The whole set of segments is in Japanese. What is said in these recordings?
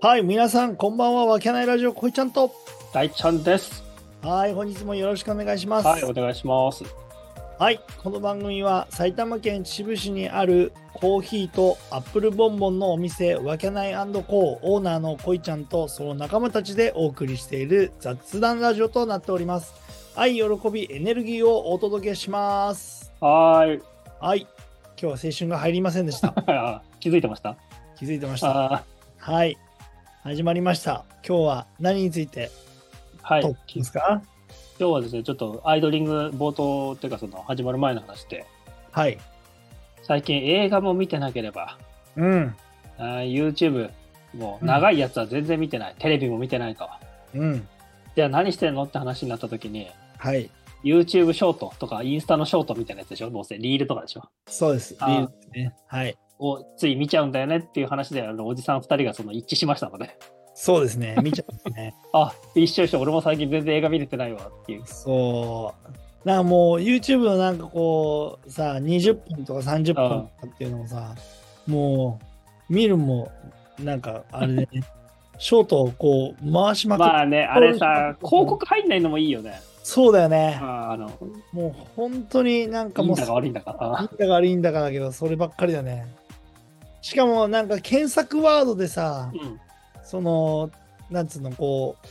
はい、皆さん、こんばんは。わけないラジオ、こいちゃんと。大ちゃんです。はい、本日もよろしくお願いします。ははい、いお、願いします。この番組は埼玉県秩父市にあるコーヒーとアップルボンボンのお店、わけないコーオーナーのこいちゃんとその仲間たちでお送りしている雑談ラジオとなっております。愛、喜び、エネルギーをお届けします。はーい。 はい、今日は青春が入りませんでした。あ気づいてました気づいてました。あはい、始まりました。今日は何についてはトーいク。ですか今日はですね、ちょっとアイドリング冒頭っていうか、その始まる前の話で、はい。最近映画も見てなければ、うん。あー YouTube も長いやつは全然見てない、テレビも見てないと。うん。じゃあ何してんのって話になった時に、はい。 YouTube ショートとかインスタのショートみたいなやつでしょどうせリールとかでしょそうです。あ理由ですね。はい。をつい見ちゃうんだよねっていう話で、あのおじさん2人がその一致しましたので、そうです ね。見ちゃうんですね。あ、一緒一緒、俺も最近全然映画見れてないわっていう。そう。なんかもう YouTube のなんかこうさ、20分とか30分とかっていうのもさ、もう見るもなんかあれでね、 ショートをこう回しまくって、まあね、あれさ、広告入んないのもいいよね。そうだよね。ああの、もう本当になんかいいもんう、だか悪いんだか。あいいんだか悪いんだかだけど、そればっかりだね。しかもなんか検索ワードでさ、うん。その、なんつうの、こう、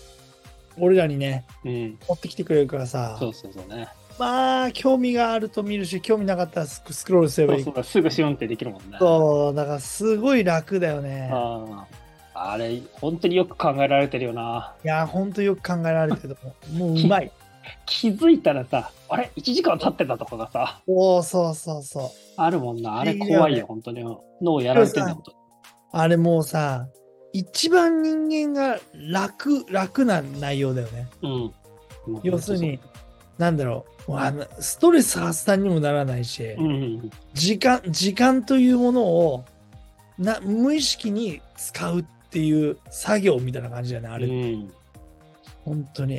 俺らにね、うん。持ってきてくれるからさ、そうそうそうね。まあ、興味があると見るし、興味なかったらスクスクロールすればいそういそう。だ、すぐシュンってできるもんね。そう、だからすごい楽だよね。あああれ、本当によく考えられてるよな。いや、ほんとよく考えられてると思う。もううま い。気づいたらさ、あれ ?1 時間経ってたとかがさ、おお、そうそうそう。あるもんな。あいれいよ怖いねよ、本当に。脳やられてるんだこと。あれもうさ、一番人間が楽、楽な内容だよね。うん。要するに、なんだろう、もうあのストレス発散にもならないし、うん。うん。時間、時間というものをな無意識に使うっていう作業みたいな感じだよね、ああれ。うん。本当に。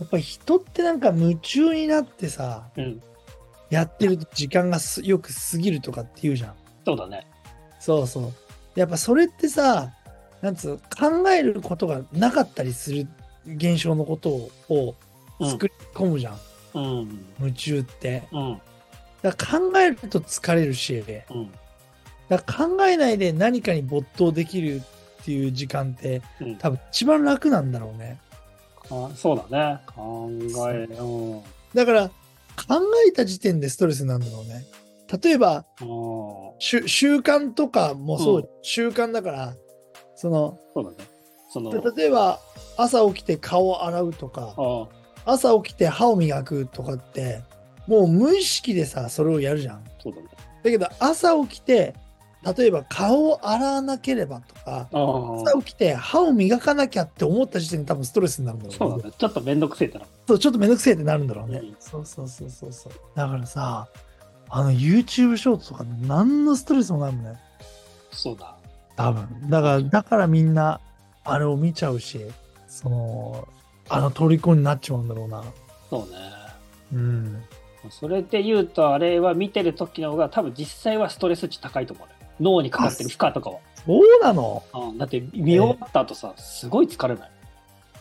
やっぱり人ってなんか夢中になってさ、うん。やってると時間がすよく過ぎるとかって言うじゃん。そうだね。そうそう。やっぱそれってさ、なんつうの考えることがなかったりする現象のことををうん作り込むじゃん。うん。夢中って。うん。だから考えると疲れるし、うん。だから考えないで何かに没頭できるっていう時間ってうん。多分一番楽なんだろうね。かそうだね。考え、うん。だから考えた時点でストレスなんだろうね。例えばああ、そ習習慣とかもそう、うん習慣だからそのうだね。その、例えば朝起きて顔を洗うとかあ朝起きて歯を磨くとかってもう無意識でさそれをやるじゃん。そうだね。だけど朝起きて例えば顔を洗わなければとかああ朝、起きて歯を磨かなきゃって思った時点で多分ストレスになるんだろうねそうだね。ちょっとめんどくせえってな。そうちょっとめんどくせえってなるんだろうね。うんそうそうそうそうそう。だからさ、あの YouTube ショートとか何のストレスもないもんね。そうだ。多分。だから、だからみんなあれを見ちゃうし、その、あの虜になっちまうんだろうな。そうね。うん。それで言うと、あれは見てる時の方が、多分実際はストレス値高いと思うね。脳にかかってる負荷とかは。そうなのあだって見終わった後さ、すごい疲れない。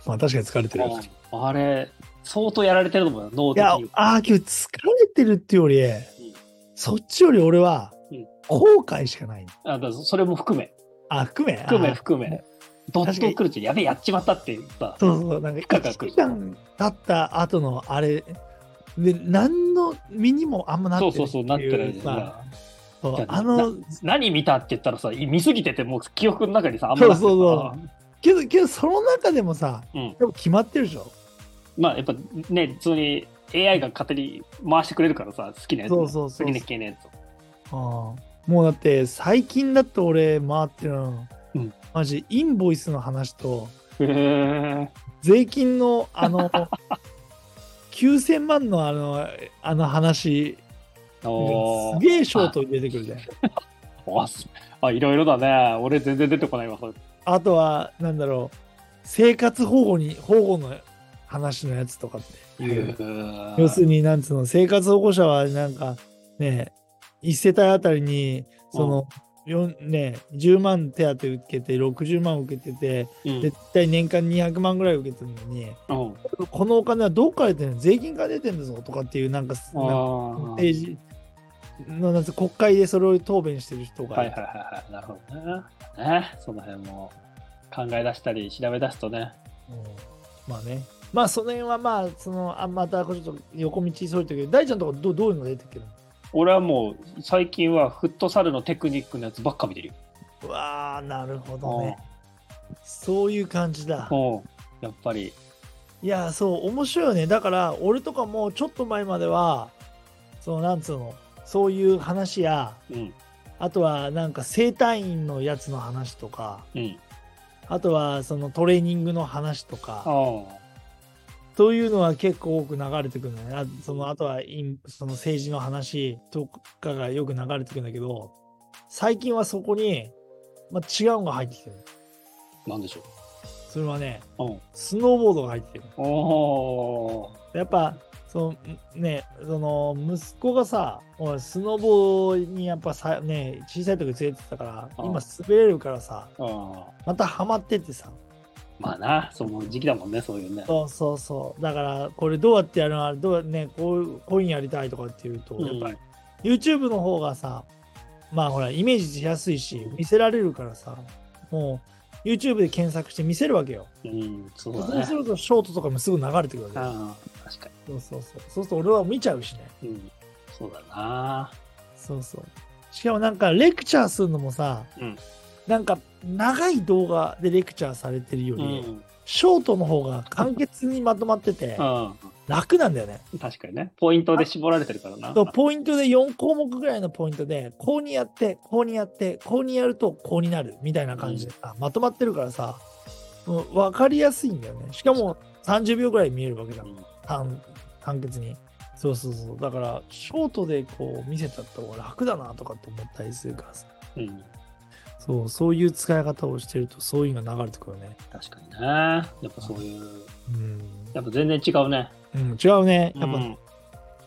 まあ確かに疲れてる。いああれ、相当やられてると思うよ、脳的やに、。ああ、今日疲れてるっていうより、そっちより俺はうん後悔しかない。あだからそれも含め、あ、含め含めあ含め、どっちと来ると、やべえ、やっちまったっていうさ、そうそう、なんか負荷が来1る時間経った後のあれ、で、何の身にもあんまなってそなういそうそう、なってるっていうよねさ。そうだからあの、何見たって言ったらさ、見すぎてて、もう記憶の中にさ、あんまそうなくてさそうそう。けど、けど、その中でもさ、うんでも決まってるでしょ。まあ、やっぱね、普通に AI が勝手に回してくれるからさ、好きなやつね、そうそうそう好きな系のやつ を。ああもうだって、最近だって俺回ってるの、うんマジ、インボイスの話と、へえ税金の、あ の、9000万のあの、あの話、おすーげえショート出てくるじゃん。おすあ、いろいろだね。俺全然出てこないわ。それあとは、なんだろう、生活保護に、保護の話のやつとかっていう。要するに、なんつうの、生活保護者は、なんか、ね、一世帯あたりに、その、よんね、10万手当受けて60万受けててうん絶対年間200万ぐらい受けてるのにうん、このお金はどっから出てるの税金から出てるんだぞとかっていうなんかあなんかあはい政治のなんて国会でそれを答弁してる人が、はいはいはいなるほどねねその辺も考え出したり調べ出すとねうんまあねまあその辺はまあそのあまたこれちょっと横道それてるけど大ちゃんとかどうどういうの出てくる俺はもう最近はフットサルのテクニックのやつばっか見てるよのわあなるほどねそういう感じだうんうんやっぱりいやそう面白いよねだから俺とかもちょっと前まではそのなんつうのそういう話やうんあとはなんか整体院のやつの話とかうんあとはそのトレーニングの話とかあというのは結構多く流れてくるんだよね。あそのあとはインその政治の話とかがよく流れてくるんだけど、最近はそこに、まあ、違うのが入ってきてる。あなんでしょそれはね、ううんスノーボードが入ってる。おおやっぱ、そのね、その息子がさ、おいスノーボードにやっぱさ、ね、小さい時連れてったから、あ今滑れるからさ、ーあーまたハマってってさ、まあなその時期だもんねそういうねそうそうそう、だからこれどうやってやるのあれどうやね、こういうコインやりたいとかっていうと、やっぱり YouTube の方がさ、まあほら、イメージしやすいし、見せられるからさ、もう YouTube で検索して見せるわけよ。うんそうそうだねするとショートとかもすぐ流れてくるわああ確かけよ。そうそうそう。そうすると俺は見ちゃうしね。にうんそうだなそうそう。しかもなんかレクチャーするのもさ、うんなんか長い動画でレクチャーされてるようり、んショートの方が簡潔にまとまってて、あ楽なんだよね。あ確かにねポイントで絞られてるからなそうポイントで4項目ぐらいのポイントでこうにやってこうにやってこうにやるとこうになるみたいな感じでさ、まとまってるからさもう分かりやすいんだよねしかも30秒ぐらい見えるわけだうん単簡潔にそうそうそうだからショートでこう見せちゃった方が楽だなとかって思ったりするからさうんそうそういう使い方をしてるとそういうのが流れてくるね確かにねやっぱそういううん、やっぱ全然違うねうん、違うねやっぱ、うん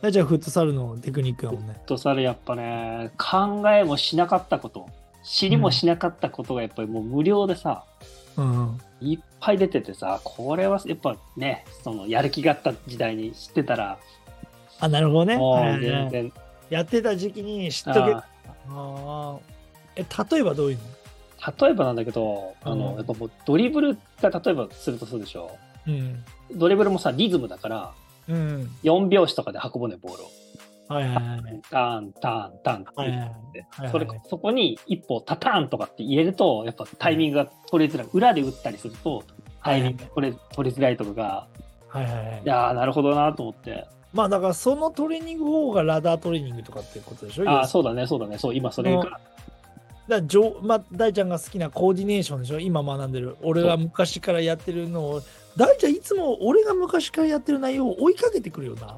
大ちゃんフットサルのテクニックだもんねフットサルやっぱね考えもしなかったこと知りもしなかったことがやっぱりもう無料でさ、うんうんいっぱい出ててさこれはやっぱねそのやる気があった時代に知ってたらあなるほどね、もはいうはいはい全然やってた時期に知っとけああーえ例えばどういうー例えばなんだけどあの、うんやっぱもうドリブルが例えばするとするでしょのうん。ドリブルもさリズムだからうん。 4拍子とかで運ぶねボールをはいはいはい。ターンターンターンはいはいっはいて打はいってそれそこに一歩タターンとかって入れるとやっぱタイミングが取りづらい裏で打ったりするとタイミング取れ取りづらいとかがはいはいはいいやーなるほどなと思ってまあだからそのトレーニング方法がラダートレーニングとかっていうことでしょああう。そうだねそうだねそう今それがだからじょまあ、大ちゃんが好きなコーディネーションでしょ今学んでる。俺が昔からやってるのを。大ちゃんいつも俺が昔からやってる内容を追いかけてくる よな。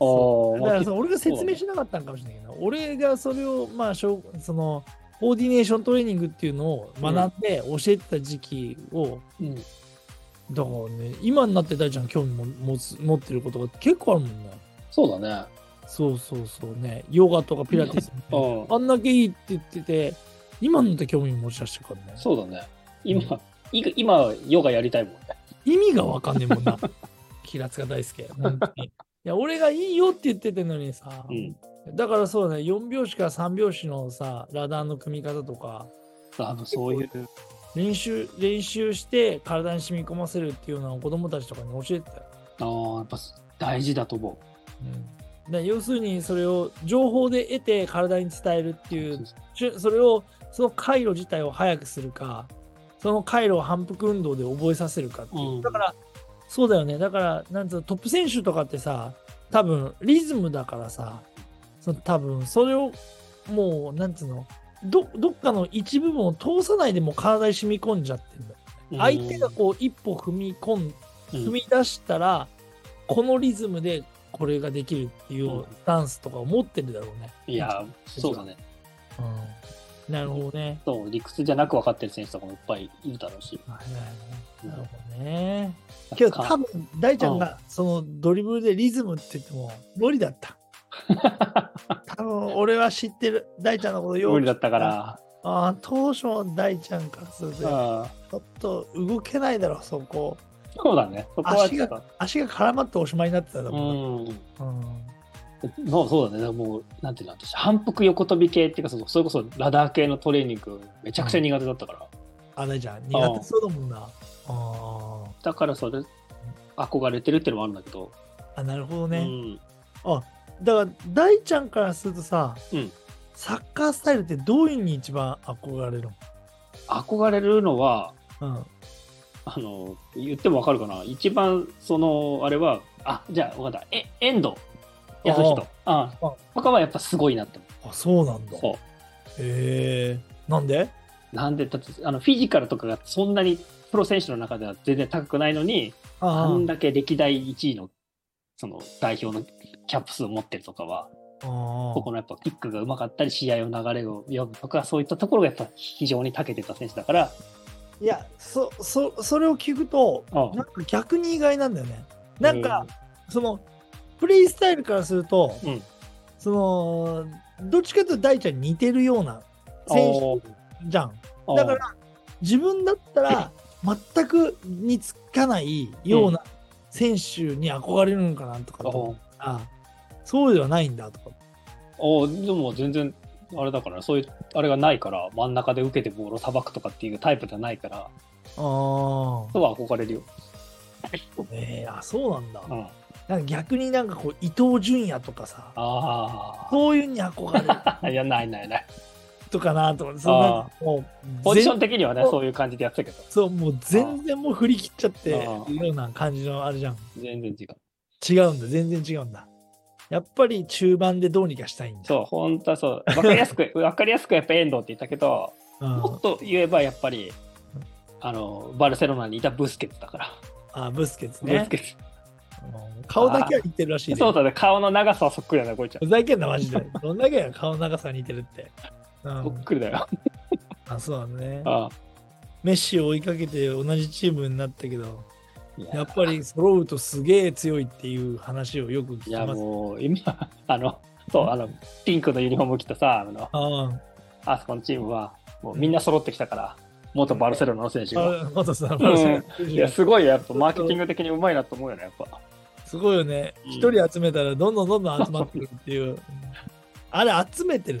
おだからーその俺が説明しなかったんかもしれないけど、俺がそれを、まあ、しょうそのコーディネーショントレーニングっていうのを学んで教えてた時期を、うんだからね、今になって大ちゃん興味も持つ持ってることが結構あるもんね。そうだねそうそうそうね。ヨガとかピラティスうもね、んあんだけいいって言ってて、今になって興味持ち出してるからね。そうだね今い今ヨガやりたいもんね意味がわかんねえもんな。 平塚大輔、本当に。いや、俺がいいよって言っててんのにさ、うんだからそうだね、4拍子から3拍子のさ、ラダーの組み方とか、あのそういう練習、練習して体に染み込ませるっていうのは子供たちとかに教えてたよ。あーやっぱ大事だと思うん、で要するにそれを情報で得て体に伝えるっていううしゅそれをその回路自体を速くするかその回路を反復運動で覚えさせるかっていう、うんだからそうだよねだからなんつうのトップ選手とかってさ多分リズムだからさその多分それをもうなんつうのどどっかの一部分を通さないでもう体に染み込んじゃってるんだよ、うん相手がこう一歩踏み込んうん踏み出したら、このリズムでこれができるっていうスタンスとかを持ってるだろうね。いやーそうだねうん、なるほどね。そう理屈じゃなく分かってる選手とかもいっぱいいるだろうしなるほどね。 けど多分大ちゃんがそのドリブルでリズムって言っても無理だった。多分俺は知ってる大ちゃんのことよ無く理だったから。ああ当初の大ちゃんからするとちあょっと動けないだろそこそうだね。そこは足ちょがっと。足が絡まっておしまいになってたとう思う、ん。うんそうそうだね。もう、なんていうの、私、反復横跳び系っていうか、そのそれこそラダー系のトレーニング、めちゃくちゃ苦手だったから。あれじゃん苦手そうだもんなあーだから、それ、憧れてるっていうのもあるんだけど。あなるほどうね、ん。だから大ちゃんからするとさ、うんサッカースタイルってどういうのに一番憧れるの憧れるのは、うんあの、言ってもわかるかな。一番、その、あれは、あ、じゃあ、わかった。え、遠藤。やすひと。ああ他はやっぱすごいなってあそうなんだへ思う。そえなんでう。なんで、だって、あの、フィジカルとかがそんなに、プロ選手の中では全然高くないのに、ああんだけ歴代1位の、その、代表のキャップ数を持ってるとかは、あーここのやっぱキックがうまかったり、試合の流れを読むとか、そういったところがやっぱ非常に長けてた選手だから、いやそそそれを聞くとあなんか逆に意外なんだよねなんか、、そのプレイスタイルからすると、うんそのどっちかというと大ちゃんに似てるような選手手じゃんだから自分だった ら全くにつかないような選手に憧れるのかなとかと思ったら、そうではないんだとかおおでも全然あれだからそういうあれがないから真ん中で受けてボールをさばくとかっていうタイプじゃないからあそうは憧れるよ、ー、えーあそうなんだ、うん、あなんか逆になんかこう伊東純也とかさあそういうのに憧れるーいやないないないとかなと 思ってそのなんかもうポジショ全ン的にはねおそういう感じでやってたけどそうもう全然もう振り切っちゃってるあよーうな感じのあれじゃん全然違う違うんだ全然違うんだやっぱり中盤でどうにかしたいんだそう本当はそう分かりやす くわかりやすくやっぱ遠藤って言ったけどうんもっと言えばやっぱりあのバルセロナにいたブスケツだから、あブスケツブねスケツうん顔だけは似てるらしいねそうだね顔の長さはそっくりだねこいちゃんふざけんなマジでどんだけや顔の長さ似てるって、うそっん、くりだよ、あそうだねあメッシを追いかけて同じチームになったけどあいやっぱり揃うとすげえ強いっていう話をよく聞いきやますもう今あのそうあのピンクのユニフォーム着たさあのああそこのチームはもうみんな揃ってきたから元バルセロナの選手あが、あまたさ、うん、いやすごいやっぱマーケティング的にうまいなと思うよねやっぱすごいよねうん一、人集めたらどんどんどんどん集まってくるっていうあれ集めてる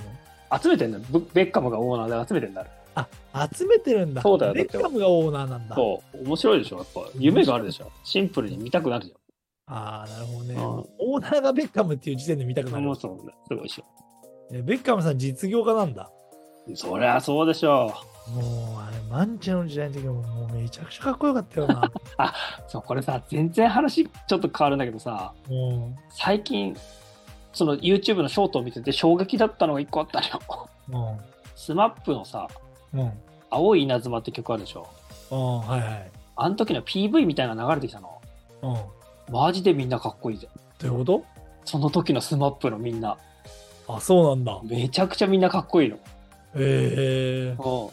の集めてんだよブベッカムがオーナーで集めてんだよあ集めてるんだそうだよベッカムがオーナーなんだそう面白いでしょやっぱ夢があるでしょシンプルに見たくなるじああなるほどねゃん、うんオーナーがベッカムっていう時点で見たくなるもうそうすごいでしょえベッカムさん実業家なんだそりゃそうでしょもうあれマンチェの時代の時はもうめちゃくちゃかっこよかったよなそうこれさ全然話ちょっと変わるんだけどさも最近その YouTube のショートを見てて衝撃だったのが一個あったのようもスマップのさ、うも青い稲妻って曲あるでしょ。ううんはいはいあの時の PV みたいなの流れてきたの。うんマジでみんなかっこいいぜ。どういうことその時のスマップのみんな。あそうなんだめちゃくちゃみんなかっこいいの。ええも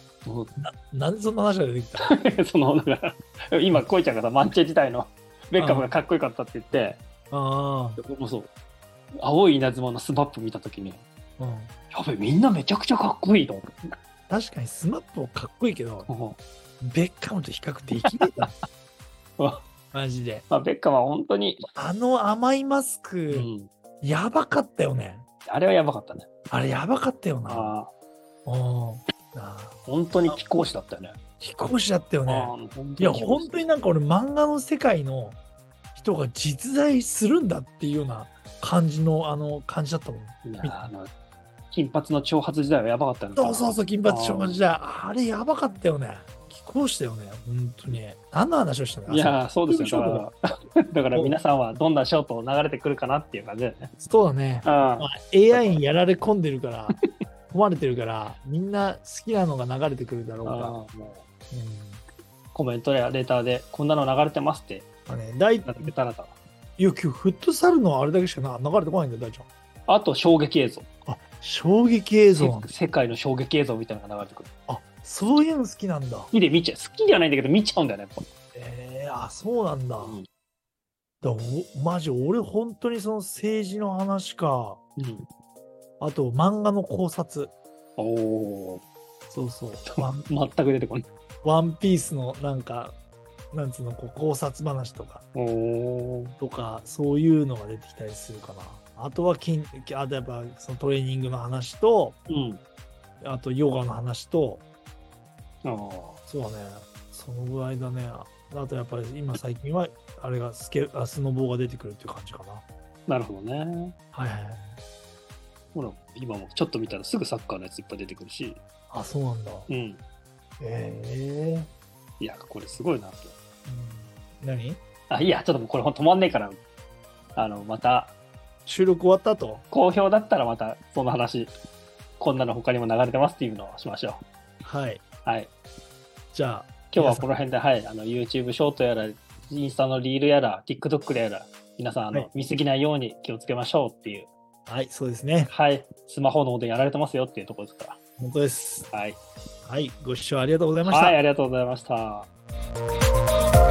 なんでそんな話が出てきたう その、だから、今、こいちゃんがさ、マンチェ時代のベッカムがかっこよかったって言って、あ僕もそう、青い稲妻のスマップ見た時に、やあ、うん、べ、みんなめちゃくちゃかっこいいと思って確かにスマップもかっこいいけどうん。ベッカムと比較できねえだわマジで まあ、ベッカムは本当に、あの甘いマスク、うん、やばかったよねあれはやばかったね。あれやばかったよなああ、うんああ本当に貴公子だったよね。飛行士だったよあねあ本当にいや、本当になんか俺、漫画の世界の人が実在するんだっていうような感じの、あの、感じだったもん。いやあの金髪の長髪時代はやばかったのかなそうそうそう、金髪少女時代。あれ、やばかったよね。貴公子だよね、本当に。何の話をしたのいやそうですショよーだから だから皆さんはどんなショートを流れてくるかなっていう感じだよねそうだね。 あまあ、AI にやられ込んでるから、困れてるから、みんな好きなのが流れてくるだろうあから。もううんコメントやレーターでこんなの流れてますってまあね、大いなってたらたや、今日フットサルのあれだけしかな流れてこないんだよ、大ちゃん。あと衝撃映像あ、衝撃映像なんだ。せ世界の衝撃映像みたいなのが流れてくるあ、そういうの好きなんだ。好きで見ちゃう好きではないんだけど見ちゃうんだよねやっえー、あそうなんだ。ぱ、うんだおマジ俺本当にその政治の話かうん。あと漫画の考察おおそうそうー。ワン全く出てこない。ワンピースのなんかなんつうのこう考察話とかおおー。とかそういうのが出てきたりするかなあとは筋あとやっぱそのトレーニングの話とうん。あとヨガの話とああ。そうだねそのぐらいだねあとやっぱり今最近はあれがスケあスノボーが出てくるっていう感じかななるほどね。はいはいはいほら、今もちょっと見たらすぐサッカーのやついっぱい出てくるし。あそうなんだうん。ええいや、これすごいなと。うん、何あ、いや、ちょっともうこれほんと止まんねえから。あの、また、収録終わった後好評だったらまた、その話、こんなの他にも流れてますっていうのをしましょ。はいうはい。じゃあ今日はこの辺で、はい、あの YouTube ショートやら、インスタのリールやら、TikTok やら、皆さんあの、はい見過ぎないように気をつけましょうっていう、はいそうですねはい、スマホのことやられてますよっていうところですか本当ですら。はい、はいご視聴ありがとうございました、はい、ありがとうございました。